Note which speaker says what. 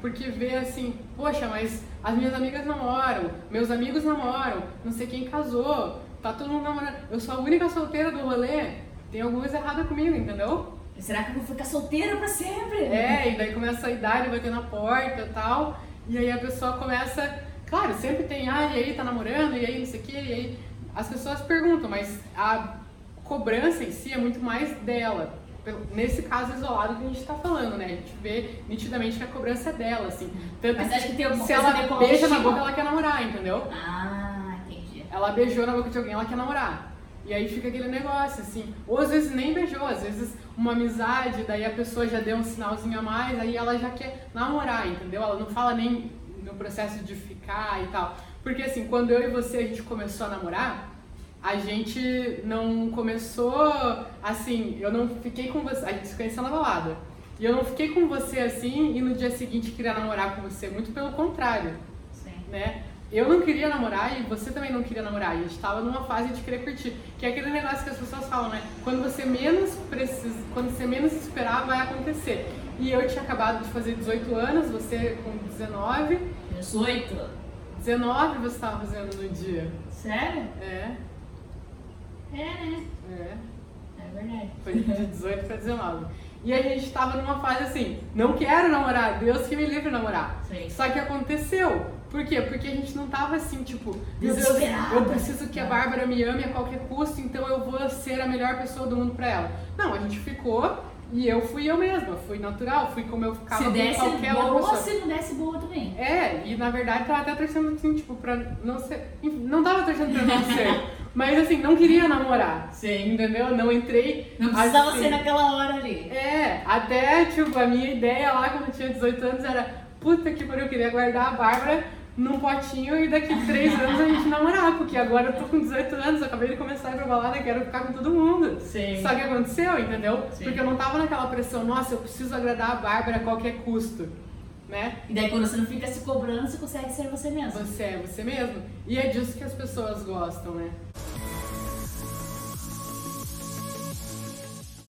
Speaker 1: porque vê assim, poxa, mas as minhas amigas namoram, meus amigos namoram, não sei quem casou, tá todo mundo namorando. Eu sou a única solteira do rolê, tem alguma coisa errada comigo, entendeu?
Speaker 2: Será que eu vou ficar solteira pra sempre?
Speaker 1: É, e daí começa a idade bater na porta e tal, e aí a pessoa começa. Claro, sempre tem, ah, e aí tá namorando, e aí não sei o quê, e aí. As pessoas perguntam, mas a cobrança em si é muito mais dela. Pelo- Nesse caso isolado que a gente tá falando, né? A gente vê nitidamente que a cobrança é dela, assim. Tanto
Speaker 2: Mas acho que tem alguma
Speaker 1: se
Speaker 2: coisa a
Speaker 1: ela
Speaker 2: ver com
Speaker 1: beija na
Speaker 2: autoestima.
Speaker 1: boca, ela quer namorar, entendeu?
Speaker 2: Ah, entendi.
Speaker 1: Ela beijou na boca de alguém, ela quer namorar. E aí fica aquele negócio, assim. Ou às vezes nem beijou, às vezes uma amizade, daí a pessoa já deu um sinalzinho a mais, aí ela já quer namorar, entendeu? Ela não fala nem no processo de ficar e tal. Porque assim, quando eu e você a gente começou a namorar, a gente não começou assim, eu não fiquei com você, a gente se conheceu na balada. E eu não fiquei com você assim e no dia seguinte queria namorar com você, muito pelo contrário
Speaker 2: Sim.
Speaker 1: né? Eu não queria namorar e você também não queria namorar. A gente tava numa fase de querer curtir. Que é aquele negócio que as pessoas falam, né? Quando você menos precisa, quando você menos esperar, vai acontecer. E eu tinha acabado de fazer 18 anos, você com 19.
Speaker 2: 18?
Speaker 1: 19 você tava fazendo no dia.
Speaker 2: Sério?
Speaker 1: É,
Speaker 2: É, né?
Speaker 1: é.
Speaker 2: É verdade.
Speaker 1: Foi de 18 pra 19. E a gente tava numa fase assim, não quero namorar, Deus que me livre namorar.
Speaker 2: Sim.
Speaker 1: Só que aconteceu. Por quê? Porque a gente não tava assim, tipo, meu Deus,
Speaker 2: Desesperada.
Speaker 1: eu preciso que a Bárbara me ame a qualquer custo, então eu vou ser a melhor pessoa do mundo pra ela. Não, a gente ficou e eu fui eu mesma, fui natural, fui como eu ficava
Speaker 2: Se
Speaker 1: com
Speaker 2: desse
Speaker 1: qualquer outra
Speaker 2: boa,
Speaker 1: pessoa.
Speaker 2: se não desse boa também.
Speaker 1: É, e na verdade tava até torcendo assim, tipo, pra não ser. enfim, Não tava torcendo pra não ser. Mas assim, não queria namorar.
Speaker 2: Sim.
Speaker 1: Entendeu? Não entrei.
Speaker 2: Não precisava
Speaker 1: assim,
Speaker 2: ser naquela hora ali.
Speaker 1: é, até tipo, a minha ideia lá quando eu tinha 18 anos era puta que pariu, eu queria guardar a Bárbara num potinho e daqui três anos a gente namorar, porque agora eu tô com 18 anos, eu acabei de começar a ir pra balada, quero ficar com todo mundo.
Speaker 2: Sim.
Speaker 1: Só que aconteceu, entendeu?
Speaker 2: Sim.
Speaker 1: Porque eu não tava naquela pressão, nossa, eu preciso agradar a Bárbara a qualquer custo, né?
Speaker 2: E daí quando você não fica se cobrando, você consegue ser você mesmo.
Speaker 1: Você é você mesmo. E é disso que as pessoas gostam, né?